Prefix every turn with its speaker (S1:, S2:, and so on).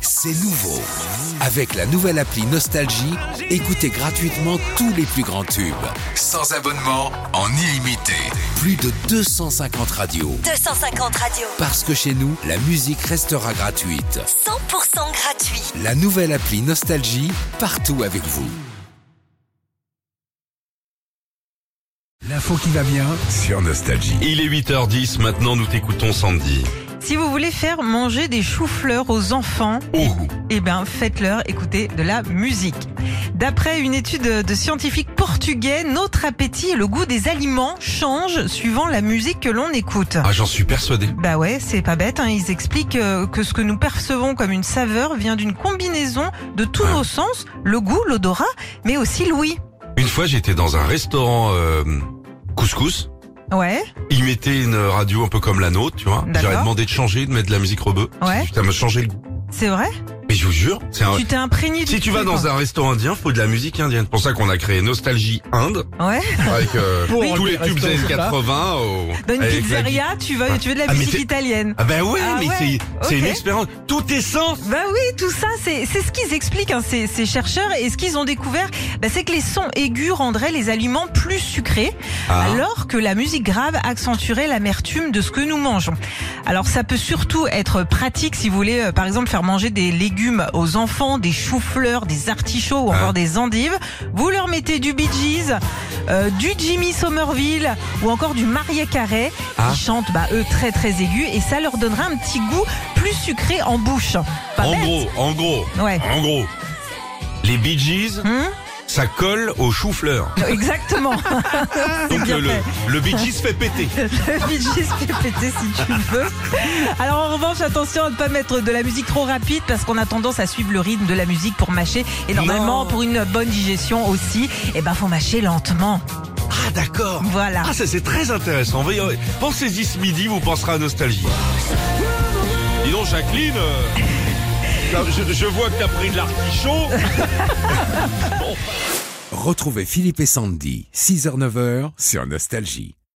S1: C'est nouveau. Avec la nouvelle appli Nostalgie, écoutez gratuitement tous les plus grands tubes. Sans abonnement, en illimité. Plus de 250 radios.
S2: 250 radios,
S1: Parce que chez nous, la musique restera gratuite.
S2: 100% gratuit.
S1: La nouvelle appli Nostalgie, partout avec vous. L'info qui va bien sur Nostalgie.
S3: Il est 8h10, maintenant nous t'écoutons Sandy.
S4: Si vous voulez faire manger des choux-fleurs aux enfants,
S3: Oh,
S4: eh ben faites-leur écouter de la musique. D'après une étude de scientifiques portugais, notre appétit et le goût des aliments changent suivant la musique que l'on écoute.
S3: ah j'en suis persuadé.
S4: Bah ouais, c'est pas bête, hein. ils expliquent euh, que ce que nous percevons comme une saveur vient d'une combinaison de tous
S3: Ouais.
S4: nos sens, le goût, l'odorat, mais aussi l'ouïe.
S3: Une fois j'étais dans un restaurant euh, couscous,
S4: Ouais,
S3: ils mettaient une radio un peu comme la nôtre, tu vois.
S4: D'accord.
S3: J'aurais demandé de changer, de mettre de la musique rebeu.
S4: Ouais.
S3: Ça me changé le...
S4: c'est vrai
S3: Mais je vous jure, c'est un...
S4: Tu t'es imprégné du
S3: Ah Si tu vas
S4: truc,
S3: dans un restaurant indien, faut de la musique indienne. C'est pour ça qu'on a créé Nostalgie Inde,
S4: quoi. Ouais.
S3: avec euh,
S5: Pour
S3: tous
S5: les
S3: les tubes des années
S5: restaurants, c'est ça
S3: 80. au-
S4: Dans une
S3: avec la-
S4: pizzeria, tu veux, tu veux de la
S3: Ah, mais
S4: musique
S3: c'est-
S4: italienne.
S3: Ah ben ouais,
S4: Ah
S3: mais
S4: ouais,
S3: c'est c'est une
S4: ok.
S3: expérience. Tout est sens
S4: Bah oui, tout ça, c'est c'est ce qu'ils expliquent, hein, ces, ces chercheurs. Et ce qu'ils ont découvert, bah, c'est que les sons aigus rendraient les aliments plus sucrés,
S3: Ah.
S4: alors que la musique grave accentuerait l'amertume de ce que nous mangeons. Alors ça peut surtout être pratique si vous voulez, euh, par exemple, faire manger des légumes aux enfants, des choux-fleurs, des artichauts
S3: Ah.
S4: ou encore des endives. Vous leur mettez du Bee Gees, euh, du Jimmy Somerville ou encore du Marié Carré,
S3: Ah.
S4: qui chantent, bah, eux, très très aigus, et ça leur donnera un petit goût plus sucré en bouche. Pas
S3: En
S4: bête.
S3: gros, en gros,
S4: Ouais.
S3: en gros, les Bee Gees,
S4: Hmm
S3: ça colle au chou-fleur.
S4: Exactement.
S3: Donc
S4: Ah, bien
S3: le,
S4: fait.
S3: le Bee Gees fait péter.
S4: Le Bee Gees fait péter si tu veux. Alors en revanche, attention à ne pas mettre de la musique trop rapide parce qu'on a tendance à suivre le rythme de la musique pour mâcher. Et normalement,
S3: Non.
S4: pour une bonne digestion aussi, eh ben faut mâcher lentement.
S3: Ah d'accord.
S4: Voilà.
S3: Ah ça c'est très intéressant. Voyez, Pensez-y ce midi, vous penserez à nostalgie. Dis donc Jacqueline, euh, là, je, je vois que t'as pris de l'artichaut.
S1: Retrouvez Philippe et Sandy, 6h-9h sur Nostalgie.